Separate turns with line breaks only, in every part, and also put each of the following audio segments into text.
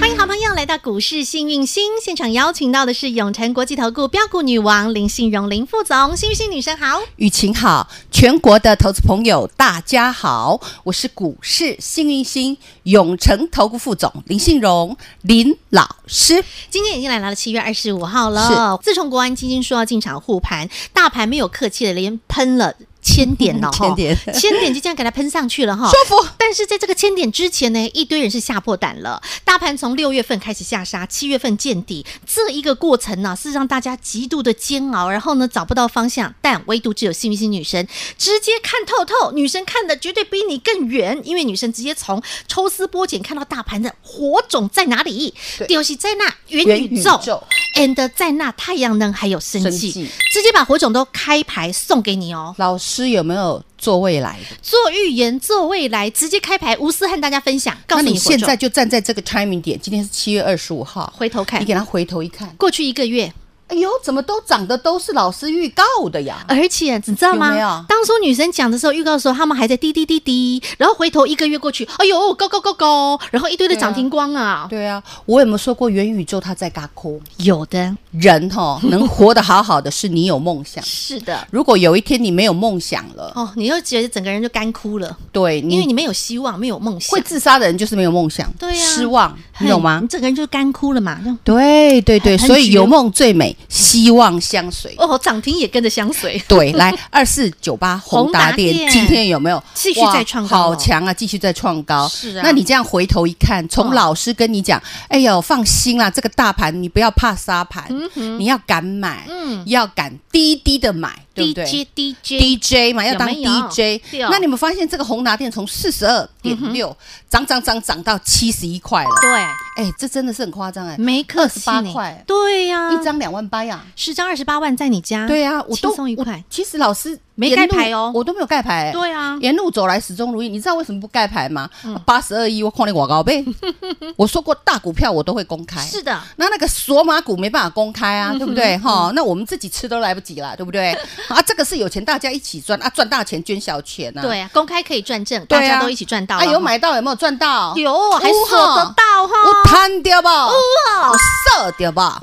欢迎好朋友来到股市幸运星现场，邀请到的是永诚国际投顾标股女王林信荣林副总，幸运星女神好。
雨晴好，全国的投资朋友大家好，我是股市幸运星永诚投顾副总林信荣林老师，
今天已经来到了七月二十五号了。自从国安基金说要进场护盘，大盘没有客气的连喷了千点了哈，
千点
千点就这样给它喷上去了哈。
舒服。
但是在这个千点之前呢，一堆人是吓破胆了。大盘从六月份开始下杀，七月份见底，这一个过程呢、是让大家极度的煎熬，然后呢找不到方向。但唯独只有幸运星女神直接看透透，女神看的绝对比你更远，因为女神直接从抽丝剥茧看到大盘的火种在哪里，
对
就是在那元
元
宇
宇
宙
宙
and 在那太阳能还有生
生
气，
气
直接把火种都开牌送给你哦。
老师有没有做未来的？
做预言，做未来，直接开牌，无私和大家分享。告
那
诉
你
火
现
种
在就站在这个 timing 点，今天是七月二十五号，
回头看
你给他回头一看，
过去一个月，
哎呦，怎么都涨的都是老师预告的呀？
而且你知道吗？
有没有
当初女生讲的时候，预告的时候，他们还在滴滴滴滴，然后回头一个月过去，哎呦，高高高高，然后一堆的
对啊
涨停光啊，
对啊，我有没有说过元宇宙它在嘎空？
有的
人哈能活得好好的，是你有梦想。
是的。
如果有一天你没有梦想了，
哦，你又觉得整个人就干枯了，
对，
因为你没有希望，没有梦想，
会自杀的人就是没有梦想，
对啊
失望，
嘿
你懂吗
你？整个人就干枯了嘛。就
对对对，
很
所以
绝
有梦最美，希望相随。
哦，涨停也跟着相随，
对，来二四九八宏达
宏达
店
电
今天有没有
继续
哇
再创高哦
好强啊，继续再创高。
是啊
那你这样回头一看，从
哦
老师跟你讲，哎呦，放心啦，这个大盘你不要怕杀盘，你要敢买，
嗯
要敢低低的买，对不对
DJ DJ，
DJ 嘛，要当
有没有
DJ
对哦。
那你们发现这个宏达店从四十二点
嗯
六涨涨涨涨到七十一块了，
对，
哎、这真的是很夸张哎，
没客气
28
呢
块
对呀，
一张两万八呀、
十张二十八万在你家，
对啊，我都
轻松愉
我
快
其实老师
没
沿路
盖牌哦
我都没有盖牌、哎
对啊嗯
沿路走来始终如一。你知道为什么不盖牌吗？啊八十二亿，我控你广 告呗。我说过大股票我都会公开，
是嗯的，
那那个索马股没办法公开啊，对不对？哈，那我们自己吃都来不及啦，对不 对？啊，这个是有钱大家一起赚啊，赚大钱捐小钱啊，
对啊，公开可以赚正，
对啊
大家都一起赚到了
啊，有买到有没有赚到？
有还
有
锁得
哈
到哈
我。贪掉吧，我射掉吧，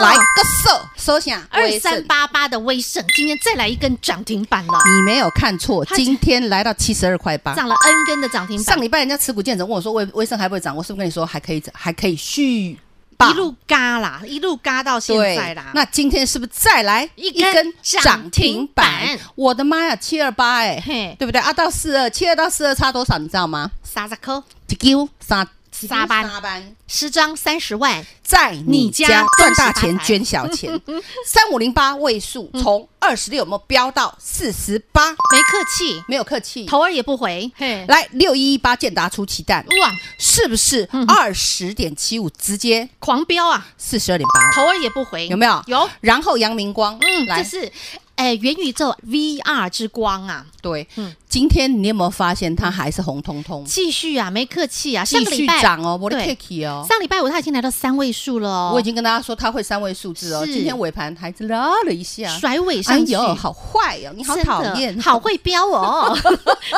来个射，收下。
二
威
三
盛，
八八的威盛今天再来一根涨停板了，
你没有看错，
它今
今天来到七十二块八。
涨了 N 根的涨停板
上，礼拜人家持股见者问我说威威盛还不会涨，我是不是跟你说还可以涨，还可以续吧
一路嘎啦，一路嘎到现在
对
啦。，
那今天是不是再来
一根涨停板？
我的妈呀，七二八
嘿
哎，对不对？啊，到四二，七二到四二差多少？你知道吗？
沙扎科
一丢三
三班
三班，
十张三十万，
在你
你家
家赚大
赚
钱
大嗯财
捐小钱， 三五零八位数从二十六有没有飙到四十八？
没客气，
没有客气，
头儿也不回。嘿，
来六一一八建达出奇蛋，
哇，
是不是
嗯
二十点七五直接
狂飙啊，
四十二点八
头儿也不回，
有没有
有，
然后阳明光，
嗯，这
来
是哎元宇宙 VR 之光啊，
对
嗯，
今天你有没有发现它还是红彤彤，
继续啊，没客气啊，上
继
个礼
续
拜
涨哦，我的
对
Kiki 哦。
上礼拜五它已经来到三位数了哦，
我已经跟大家说它会三位数字哦，
是
今天尾盘还拉了一下，
甩尾
哎
上去，
呦，好坏哦，你好
真的
讨厌，
好会飙 哦，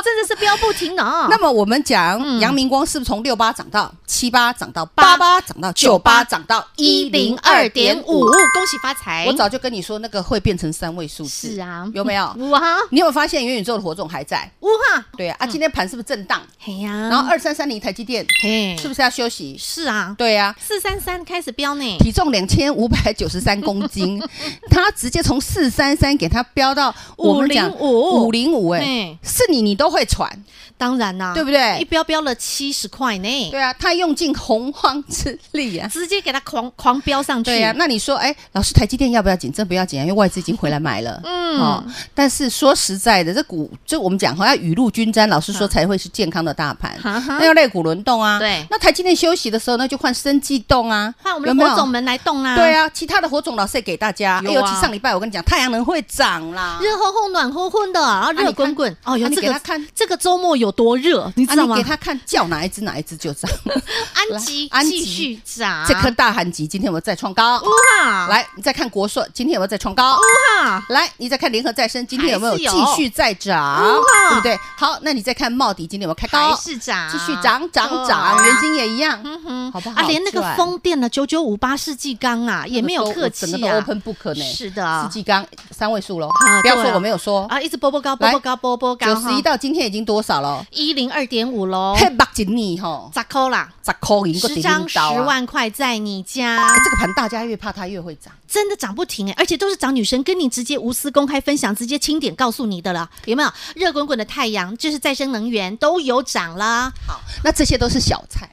真的是飙不停哦。
那么我们讲
嗯
阳明光是不是从六八涨到七八，涨到八八，涨到九八，涨到一零二点五？
恭喜发财！
我早就跟你说，那个会变成三位数字，
是啊
有没 有？
哇
你有没有发现元宇宙的火种还在？
呜哈，
对啊，啊今天盘是不是震荡？
嘿呀，
然后二三三零台积电
嘿，
是
是
不是要休息？
是啊？
对啊，
四三三开始飙呢，
体重两千五百九十三公 斤，它直接从四三三给它飙到我们讲
505
五零五，哎
嘿，
是你你都会喘，
当然啦，
对不对
一飙飙了七十块呢，
对啊，它用尽洪荒之力啊。
直接给它狂狂飙上去。
对呀、那你说，哎，老师，台积电要不要紧？这不要紧啊，因为外资已经回来买了。嗯，哦，但是说实在的，这股就我们讲讲哈，要雨露均沾，老师
嗯
说才会是健康的大盘。
哈哈
那要肋骨轮动啊，
对
那台积电休息的时候，那就换生技动啊，
换我们
有没
的
有
火种们来动啊！
对，啊，其他的火种老师也给大家。
有啊
尤其上礼拜我跟你讲，太阳能会涨啦。
热烘烘、暖烘烘的，然后热滚滚。哦哟，
啊你
这
给他
个
看
这个周末有多热，你
啊，
知道
你
吗
给？他看叫哪一只哪一只就涨。
安吉
来安
继
吉
续涨，
这颗大寒极今天有没有再创高？
哇
来，你再看国硕，今天有没有再创高？
哇，
来，你再看联合再生，今天有没有
还是有
继续再涨？
哇
对不对？好，那你再看茂迪，今天有没有开
还
高？
是涨，
继续涨涨
对
涨，元金也一样，
嗯哼，
好不好
啊，连那个
赚
风电的九九五八世纪钢啊，也没有客气
整
啊，
个都 open book 呢。
是的
四季钢三位数喽
啊，
不要
对
说
啊
我没有说，
啊，一直波波高，波
来
波高，波波高，哦
九十一到今天已经多少了？
一零二点五喽，
嘿，目一年吼，
咋扣啦？
十块银个
十
顶
张十
到啊！
万块在你家
哎，这个盘大家越怕它越会涨，
真的涨不停哎、而且都是涨女生跟你直接无私公开分享，直接清点告诉你的了，有没有？热滚滚的太阳，就是再生能源都有涨啦，
好，那这些都是小菜。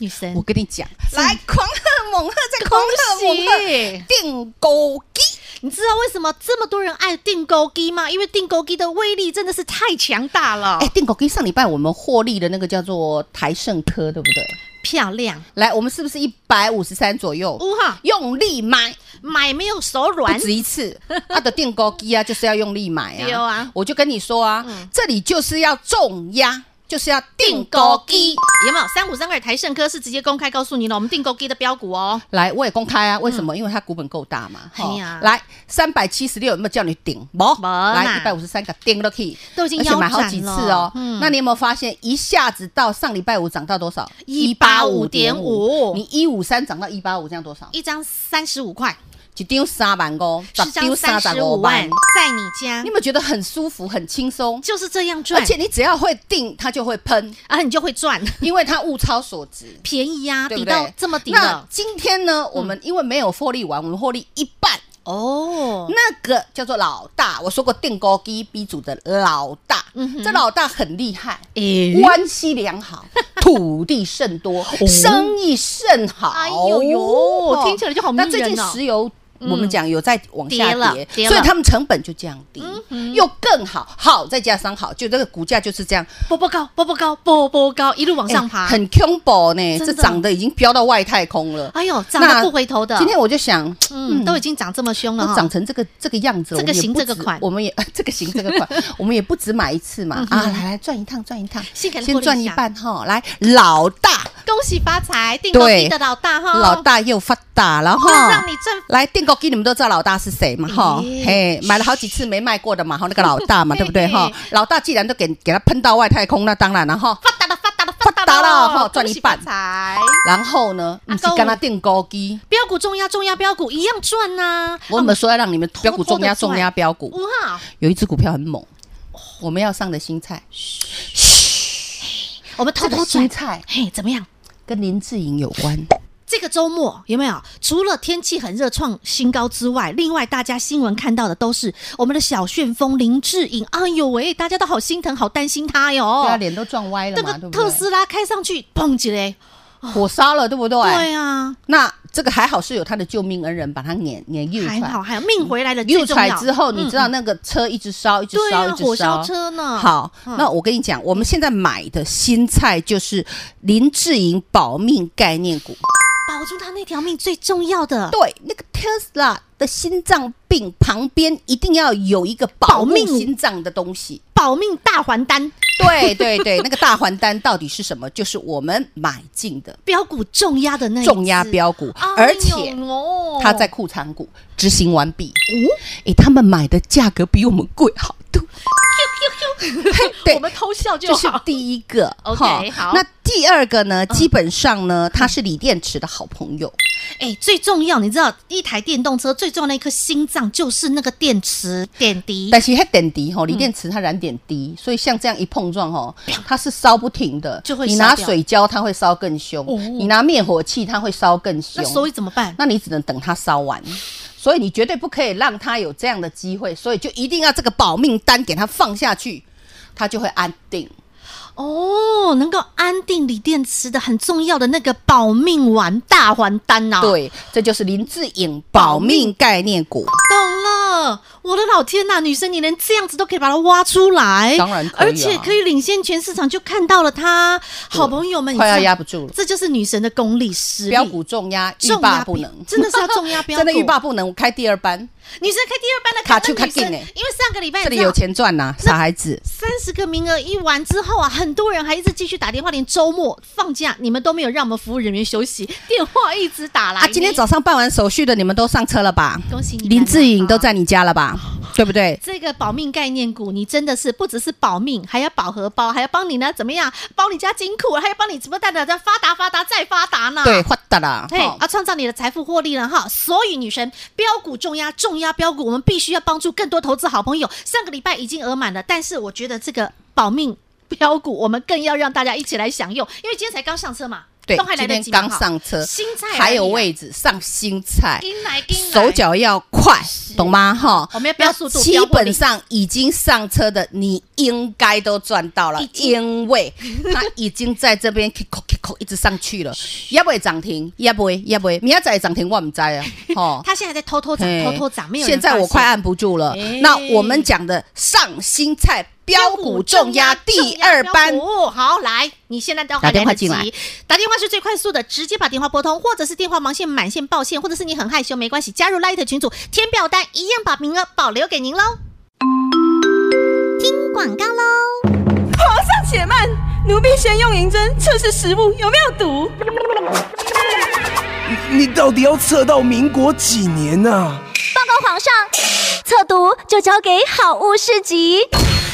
女生
我跟你讲，来狂喝猛喝，再狂喝猛喝，
喜！
定钩机。
你知道为什么这么多人爱订购机吗？因为订购机的威力真的是太强大了，
哎，定狗跟上礼拜我们获利的那个叫做台盛科，对不对？
漂亮，
来，我们是不是一百五十三左右？
呜哈，
用力买，
买没有手
不
软，
止一次。啊的定钩机啊，就是要用力买
对
啊。
啊，
我就跟你说啊，这里就是要重压，就是要定钩
购
机。
有没有？三五三二台盛科是直接公开告诉你了，我们订购机的标股哦，
来，我也公开啊，为什么？因为它股本够大嘛。
哎
齁
嗯呀
来三百七十六有没有叫你顶？没，
嘛
来一百五十三个顶了 key，
都已经
而且买好几
腰
次
斩
哦
了。嗯
那你有没有发现，一下子到上礼拜五涨到多少？
185.5
你一五三涨到一八五，这样多少？
一张三十五块，
一丢三万哦五，
十张
丢
三十五万，在你家
你有，没有觉得很舒服、很轻松？
就是这样赚，
而且你只要会定，它就会 喷，
啊，你就会赚，
因为它物超所 值。
便宜呀、
对
抵
不
到
对？
这么抵
那
了嗯
今天呢？我们因为没有获利完，我们获利一半，
哦，
那个叫做老大，我说过定高低 B 组的老大，
嗯哼
这老大很厉害，
诶
关系 良好，土地甚多，生意甚好。
哦哎呦呦
哦
听起来就好迷人
那
哦
最近石油。
嗯
我们讲有在往下
跌了
跌，
跌了嗯
所以他们成本就降低，又更好，好再加上好，就这个股价就是这样
波波高，波波高，波波高，一路往上爬，
哎很恐怖呢。
真
这
的
涨的已经飙到外太空了，
哎呦，涨得不回头的，
今天我就想，
嗯，都已经涨这么凶了
都
哈，
长成这个这个样子，
这个
我们也
型
不
这个
止
款嗯
我们也 这个型这个款， 我们也不止买一次嘛啊！来来转一趟，转一趟，
先给它过
先
滤
赚
一
一
下
半哈，来老大
恭喜发财，订购
对
地的老大哈，
老大又发达了
就
哈
让。你赚。
来订购机，你们都知道老大是谁嘛？哈，
咦
嘿，买了好几次没卖过的嘛，哈，那个老 大嘛，对不对？
嘿
哈，老大既然都给给他喷到外太空，那当然了哈。
发达了，发达了，
发达了哈
恭
赚
喜
一半
发财，
然后呢，
啊
你是跟他订购机，
标股重压，重压标股一样赚呐、
我们说要让你们标股
偷偷
重
地
压重
赚
压标股，
哇，
有一只股票很猛，我们要上的新菜，
我们偷偷
这个
赚
新，菜
嘿，怎么样？
跟林志颖有关。
这个周末有没有？除了天气很热创新高之外，另外大家新闻看到的都是我们的小旋风林志颖。哎呦喂，大家都好心疼，好担心他哟
对。啊，脸都撞歪
哦
了
这
嘛，
个
对不对？哦
特斯拉开上去，砰起来，
火烧了，对不对？
对啊，
那这个还好是有他的救命恩人把他撵撵诱
还好
出
还有命回来了，
来，诱
最
出
重
来
要
嗯之后，你知道那个车一直烧，一直
对
烧，
啊，
一
火
直
烧
烧。
车嗯呢？，
好，那我跟你讲，我们现在买的新菜就是林志颖保命概念股。
保住他那条命最重要的。
对，那个 Tesla 的心脏病旁边一定要有一个
保
保命
命
心脏的东西。
保命大还单，
对对对，那个大还单到底是什么？就是我们买进的
标股重压的那一
重压
只，
标股
哎呦，
而且
哦
它在库藏股执行完毕。诶，他们买的价格比我们贵好多。对
我，们偷笑就
这是
好。
第一个。
OK，
哈
好嗯
那第二个呢？基本上呢，它是锂电池的好朋友。
哎、最重要，你知道，一台电动车最重要的一颗心脏就是那个电池点滴。
但是它点滴
嗯
吼，锂电池它燃点低，所以像这样一碰撞吼，它是烧不停的。
就会
你
烧
拿
掉
水浇它会烧更凶
哦，
你拿灭火器它会烧更
那
凶。
所以怎么办？
那你只能等它烧完。所以你绝对不可以让它有这样的机会，所以就一定要这个保命单给它放下去，它就会安定。
哦，能够安定锂电池的很重要的那个保命丸大还丹啊呐、，
对，啊这就是林志颖保命概念股。
懂了，我的老天呐、女生你连这样子都可以把它挖出来，
当然可以啊
而且可以领先全市场，就看到了它。好朋友们，
快要
你知道
压不住了
这就是女神的功力实力，
标股重压，欲
重压标
罢不能，
真的是要重压标股
真的欲罢不能。我开第二班，
女生开第二班的
卡
卡
丘
丘
卡
卡女生，
进欸
因为上个礼拜
这里有钱赚呐，傻孩子。
三十个名额一完之后啊，很多人还一直继续打电话，连周末放假你们都没有让我们服务人员休息，电话一直打来
啊，今天早上办完手续的，你们都上车了吧？
恭喜你们啊
林志颖都在你家了
啊
吧？对不对？
这个保命概念股，你真的是不只是保命，还要保荷包，还要帮你呢怎么样？包你家金库，还要帮你怎么带的发达发达再发达呢？
对，。发达啦！
啊嘿，啊
齁
要创造你的财富获利了哈！所以女神标股重压，重压标股，我们必须要帮助更多投资好朋友。上个礼拜已经额满了，但是我觉得这个保命标股，我们更要让大家一起来享用，因为今天才刚上车嘛，
对
都还，来
今
得
天
及嘛
刚
哈
上车，
新菜而已啊
还有位置上新菜，
进来进来
手脚要快，懂吗？哈，
我们要标速度
那
标
基
获利
本上已经上车的，你应该都赚到了
已，经
因为 它已经在这边 kick kick kick 一直上去了，要不会涨停，要不会要不会，明天再涨停我们知啊，哈。
它现在在偷偷涨，
嘿
偷偷涨，没有人
现在我
发
快
现
按不住了
哎。
那我们讲的上新菜标股重压第二班
标，股好，来，你现在都还
打电话
来得及
进来，
打电话是最快速的，直接把电话拨通，或者是电话盲线、满线、报线，或者是你很害羞没关系，加入 Light 群组填表单，一样把名额保留给您喽。听广告喽。
且慢，奴婢先用银针测试食物有没有毒。
你到底要测到民国几年呐、啊？
皇上，测毒就交给好物市集。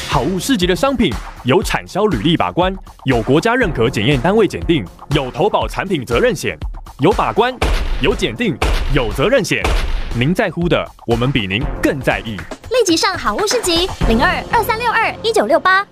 好物市集的商品有产销履历把关，有国家认可检验单位检定，有投保产品责任险，有把关，有检定，有责任险。您在乎的，我们比您更在意。
立即上好物市集零二二三六二一九六八。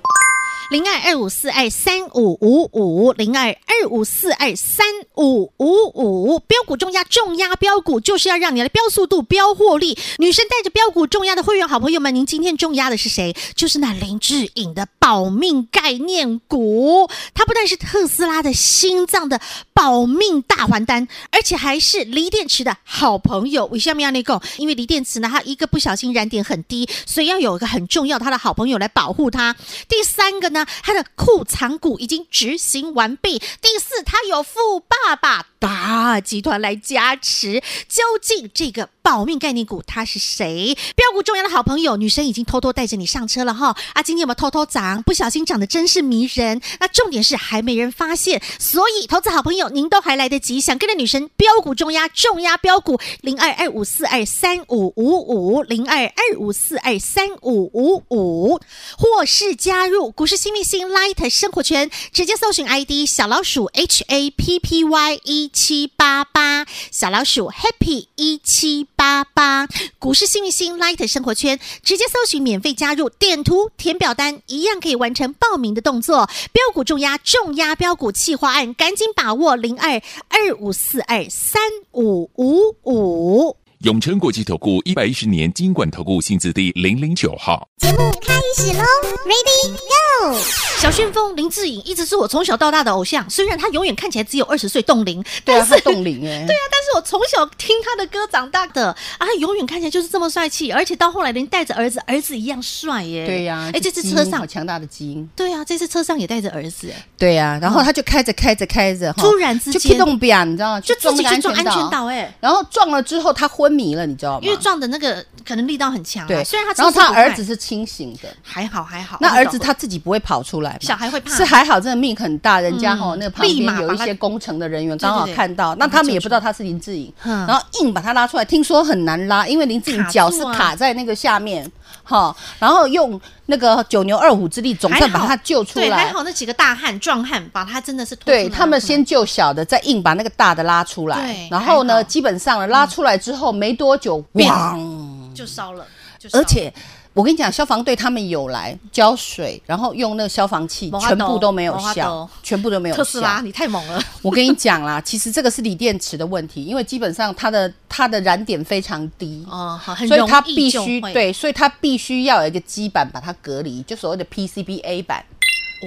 零二二五四二三五五五，零二二五四二三五五五，标股重压，重压标股就是要让你来标速度、标获利。女生带着标股重压的会员好朋友们，您今天重压的是谁？就是那林志颖的保命概念股，它不但是特斯拉的心脏的保命大还丹，而且还是锂电池的好朋友。为什么要那个？因为锂电池呢，它一个不小心燃点很低，所以要有一个很重要它的好朋友来保护它。第三个呢，它的库藏股已经执行完毕。第四，它有富爸爸大集团来加持。究竟这个保命概念股它是谁？标股重要的好朋友，女生已经偷偷带着你上车了哈。啊，今天有没有偷偷涨？不小心涨得真是迷人。那重点是还没人发现，所以投资好朋友您都还来得及，想跟着女神标股重压重压标股零二二五四二三五五五零二二五四二三五五五，或是加入股市新明星 Light 生活圈，直接搜寻 ID 小老鼠 H A P P Y 一七八八，小老鼠 Happy 一七八八，股市新明星 Light 生活圈，直接搜寻免费加入，点图填表单，一样可以完成报名的动作。标股重压重压标股企划案，赶紧把握零二二五四二三五五五。
永诚国际投顾一百一十年金管投顾性质第零零九号。
小旋风林志颖一直是我从小到大的偶像，虽然他永远看起来只有二十岁冻龄，
对
但
啊，
是、
它冻龄哎，
对啊， 但是我从小听他的歌长大的啊，他永远看起来就是这么帅气，而且到后来连带着儿子，儿子一样帅耶。
对呀，嗯
哎，这次
基因
车
好
上，
强大的基因。
对啊，这次车上也带着儿子，哎
对呀、然后他就开着开着开着，哈
嗯突然之间
就启动表，你知道吗？
就自己去撞
那
安
个
全岛，哎，
然后撞了之后他昏迷了，你知道吗？
因为撞的那个可能力道很强啊，
对，
虽然他
然后
车速
他
不快哦
儿子是清醒的，
还好还好，
那
你
儿
懂
子
的
他自己不会跑出来嘛，
小孩会怕
是还好，真的命很大，人家哈
嗯
那个旁边
立马
有
把
一
他
些工程的人员
对对
刚好
对
看到，那
把他
他们
救
也
出
不知道他是林志颖，
嗯
然后硬把他拉出来，听说很难拉，因为林志颖
卡住
脚是
啊
卡在那个下面，哈，然后用那个九牛二虎之力总
还
算把
好
他救出
对，还
来。
好那几个大汉壮汉把他真的是拖
对
出来
他们
了
先救小的，再硬把那个大的拉出来
对，
然后
还好嗯
呢，基本上呢拉出来之后没多久，
变
哇，
就烧了，就烧了
而且我跟你讲，消防队他们有来浇水，然后用那个消防器
没，法
全
抖
部都没有
没法
效
抖，
全部都没有效。
特斯拉你太猛了，
我跟你讲啦，其实这个是锂电池的问题，因为基本上它的它的燃点非常低。
哦，好，很
所以
容
它
易
必
就
须
会
对，所以它必须要有一个基板把它隔离，就所谓的 PCBA 板。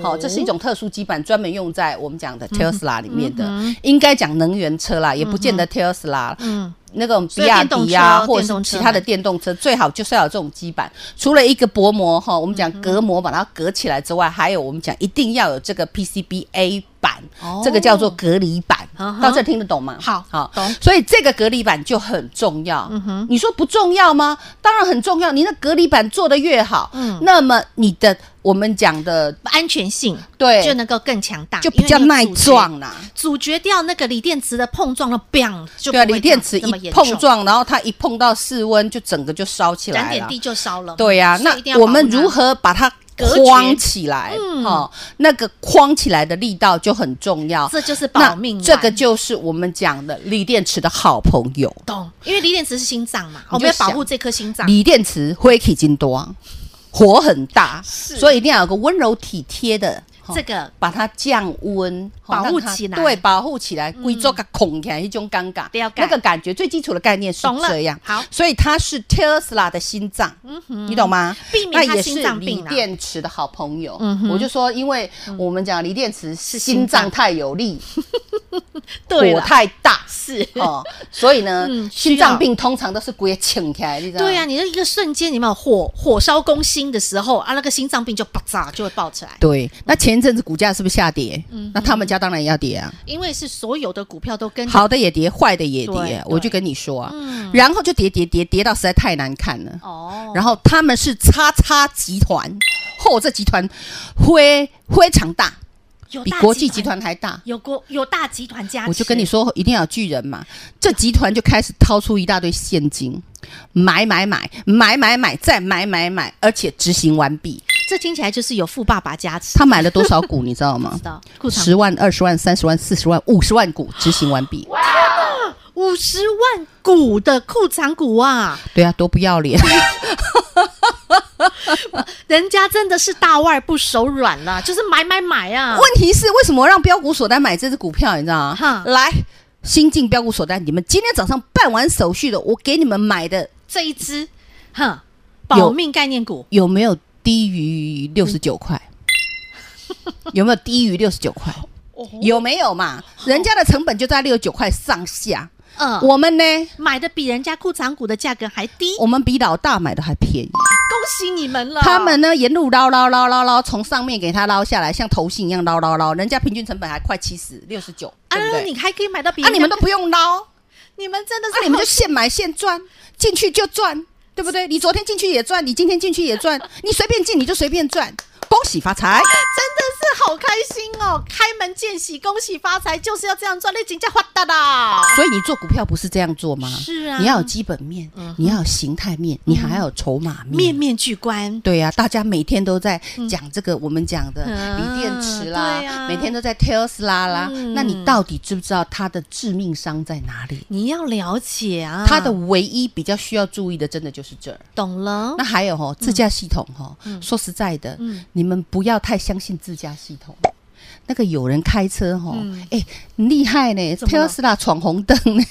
好、这是
哦
一种特殊基板，专门用在我们讲
嗯
的 Tesla 里面的，应该讲能源车啦，也不见得 Tesla，
嗯，
那种比亚迪啊，
所
或
以电动车电动
者是
车
其他的电动车，最好就是要有这种基板。除了一个薄膜哈，我们
嗯
讲隔膜把它隔起来之外，还有我们讲一定要有这个 PCBA 板，
哦
这个叫做隔离板。
嗯哼
到这听得懂吗？
好
好，
懂。
所以这个隔离板就很重要。嗯哼，你说不重要吗？当然很重要。你那隔离板做得越好，
嗯
那么你的我们讲的
安全性
对
就能够更强大，
就比较
因为
耐
你阻绝
撞啦、
阻绝掉那个锂电池的碰撞了，bang 就
对啊，
不会
锂电池
这样那么
一
严重
碰，撞，然后它一碰到室温，就整个就烧起
燃
来
点
了
地。就烧了。
对呀、
所以一定要
那我们
保护它嗯
如何把它
隔绝
框起来？哦，那个框起来的力道就很重要。
这就是保命啊
那
丸
这个就是我们讲的锂电池的好朋友。
懂？因为锂电池是心脏嘛，
你就
我们要保
想
护这颗心脏。
锂电池灰体金多，火很大，所以一定要有个温柔体贴的。哦
这个
把它降温，哦
保护
让它
起来嗯
对，保护起来，规做个孔起来一种尴尬，
了解
那个感觉最基础的概念是
懂了
这样。
好
所以它是 Tesla 的心脏，你懂吗？
避免
那
它
也
心
是
脏
锂
病啊
电池的好朋友。
嗯哼
我就说，因为我们讲锂电池
是
是
心
心
脏
脏太有力，
对
火
了，
太大
是。
哦，所以呢
嗯，需要
心脏病通常都是骨也请起来，你知道吗？
对啊，你的一个瞬间，你有没有火火烧攻心的时候啊？那个心脏病就爆炸就会爆起来，
对，那前一阵子股价是不是下跌？
嗯
那他们家当然也要跌啊，
因为是所有的股票都跟着
好的也跌，坏的也
对对
跌，我就跟你说啊，然后就跌跌跌跌到实在太难看了。
哦，
然后他们是叉叉集团，嚯、这集团非非常大，
有
比
大
国际集团还大。
有国有大集团加持，
我就跟你说，一定要有巨人嘛！这集团就开始掏出一大堆现金，买买买买买买，再买买买，而且执行完毕。
这听起来就是有富爸爸加持，
他买了多少股，你知道吗
知？道裤
十
长
万、二十万、三十万、四十万、五十万股执行完毕。
五十万股的裤长股啊，
对啊，多不要脸！
人家真的是大腕不手软啦，就是买买买啊，
问题是为什么让标股锁单买这只股票？你知道吗
哈？
来，新进标股锁单，你们今天早上办完手续的，我给你们买的
这一支，哼，保命概念股
有没有低于六十九块？有没有低于六十九块？有没有嘛？人家的成本就在六十九块上下，
嗯，
我们呢？
买的比人家裤长股的价格还低，
我们比老大买的还便宜。
恭喜你们了。
他们呢沿路捞捞捞捞捞，从上面给它捞下来，像投信一样捞捞捞，人家平均成本还快七十六十九，对不
啊，
对
你？还可以买到比
啊，
人家
你们都不 用捞，
你们真的是
啊，你们就现买 现赚，进去就
啊
赚，对不对？你昨天进去也赚，你今天进去也赚，你随便进你就随便赚，恭喜发
真
财！
的是好开心哦！开门见喜，恭喜发财，就是要这样赚，那金价发达啦。
所以你做股票不是这样做吗？
是啊
啊你要有基本面，
嗯
你要有形态面，你还要有筹码
面
面。
面俱观，
对呀、大家每天都在讲这个我们讲的
嗯
锂电池
啊
啦，
对啊
每天都在 Tesla 啦，
嗯
那你到底知不知道它的致命伤在哪里？
你要了解啊，
它的唯一比较需要注意的，真的就是这儿。
懂了
那，还有
嗯
哦，自驾系统哦，说实在的，你们不要太相信自驾系统。那个有人开车哦，哎、很厉害呢
嗯怎么了
，Tesla 闯红灯呢，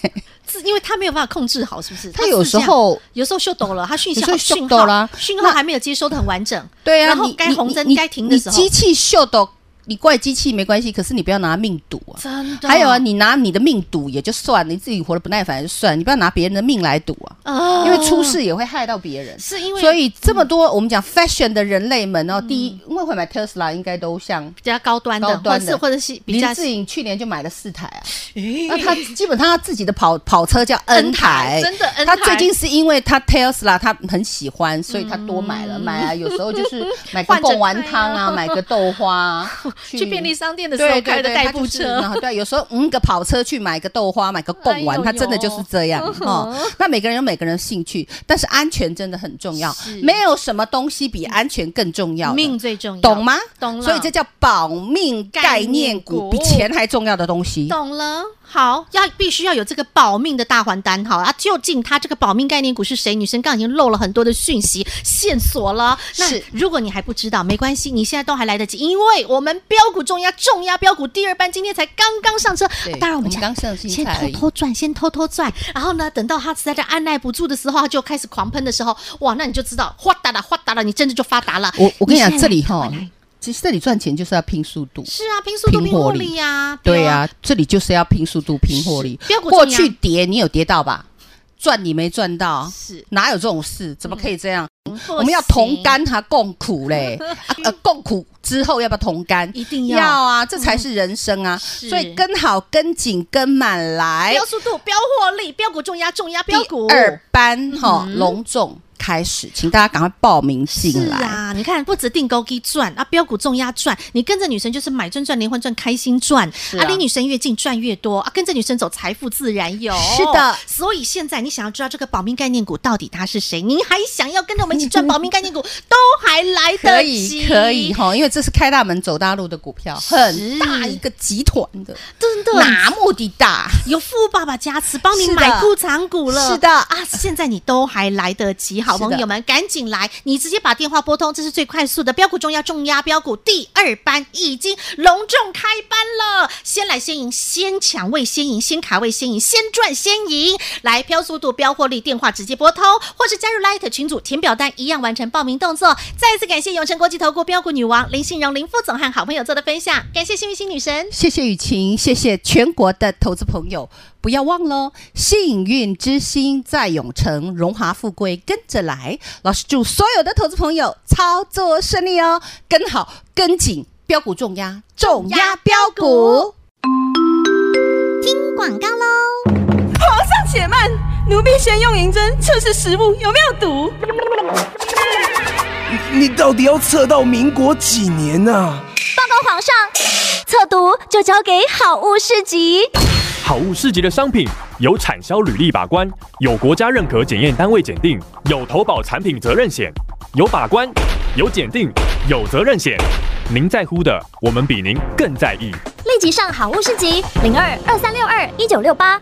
是因为他没有办法控制好，是不是？
他
它
有
是
时
这样
候
啊有时候秀抖了，他讯息
有时候
讯
秀
号
抖了啊
讯号还没有接收的很完整。
对啊，
然后
你
该
你
红灯
你
该停的时候
你，机器秀的，你怪机器没关系，可是你不要拿命赌啊。
真的
还有啊，你拿你的命赌也就算了，你自己活得不耐烦也就算，你不要拿别人的命来赌啊，
啊
因为出事也会害到别人。
是因为
所以这么多我们讲 fashion 的人类们哦，第一，因为会买 Tesla 应该都像
比较高端的，
高
或
端的
者是或者是比
林
较
志颖去年就买了四 台啊，那他基本上他自己的跑 跑车叫 N 台，
真的 N
他
台
最近是因为他 Tesla 他很喜欢，所以他多买了，买啊，有时候就是买 个
嗯换着
贡丸汤
开啊
啊，买个豆花 啊，
去便利商店的时候
对
开
对
的
对，
代
他
步
就是
车，
然后对，有时候嗯个跑车去买个豆花，买个贡
哎
丸
呦，嗯
他真的
呦
就是这样哦。那每个人有每个人的兴趣，但是安全真的很重要，没有什么东西比安全更重要的。
命最重要，
懂吗？
懂了，
所以这叫保命概念股，
概念股
比钱还重要的东西。
懂了。好，要必须要有这个保命的大还单。好啊，究竟它这个保命概念股是谁？女生刚刚已经漏了很多的讯息线索了。那
是
如果你还不知道，没关系，你现在都还来得及，因为我们标股重压重压标股第二班今天才刚刚上车
对。
当然我
我
们
们
讲
刚上新
先
菜
偷
而已
偷赚，先偷偷赚，然后呢，等到它实在在按耐不住的时候，它就开始狂喷的时候，哇，那你就知道哗哒啦哗哒啦，你真的就发达了。
我我跟你讲，
现在
这里
赶快
哈
来，
其实这里赚钱就是要拼速度，
是啊，拼速度
拼
拼
获
获
利
利啊呀，
对啊呀、，这里就是要拼速度、拼获利。
不要过
过
去
去跌你有跌到吧？赚你没赚到，
是嗯
哪有这种事？怎么可以这样？
我
我们要同，甘还共 苦嘞，啊呃，共苦之后要不要同甘？
一定
要
要嗯
啊，这才是人生啊！
是
所以跟好、跟紧、跟满来
标。速度，标获利，标股重压，重压
哎第
标股。嗯
二班哈隆重开始，请大家赶快报名进
是
来。
啊，你看不止定高低赚啊，标股重压赚，你跟着女神就是买赚赚、连环赚、开心赚
啊
离女神越近赚越多啊，跟着女神走财富自然有。
是的
所以现在你想要知道这个保命概念股到底它是谁，您还想要跟着我们一起赚保命概念 股，都还来
可
得及，
以可以。哈，因为这是开大门走大路的股票，很大一个集团的，
真的
哪么的大？
有富爸爸加持，帮你
是的
买库藏股了。
是的
啊，现在你都还来得及，好
是的
朋友们，赶紧来！你直接把电话拨通，这是最快速的。标股重压重压标股第二班已经隆重开班了，先来先赢，先抢位先赢，先卡位先赢，先赚先赢。来，标速度、标获利，电话直接拨通，或是加入 Light 群组填表单，一样完成报名动作。再次感谢永诚国际投顾标股女王林信荣林副总和好朋友做的分享，感谢幸运星女神。
谢谢雨晴，谢谢全国的投资朋友，不要忘了哦，幸运之星在永城，荣华富贵跟着来。老师祝所有的投资朋友操作顺利哦，跟好跟紧，标股重压，重压标股。
广告喽。
皇上且慢，奴婢先用银针测试食物有没有毒。
你到底要测到民国几年啊？
报告皇上，测毒就交给好物市集。
好物市集的商品有产销履历把关，有国家认可检验单位检定，有投保产品责任险，有把关，有检定，有责任险。您在乎的，我们比您更在意。
立即上好物市集零二二三六二一九六八。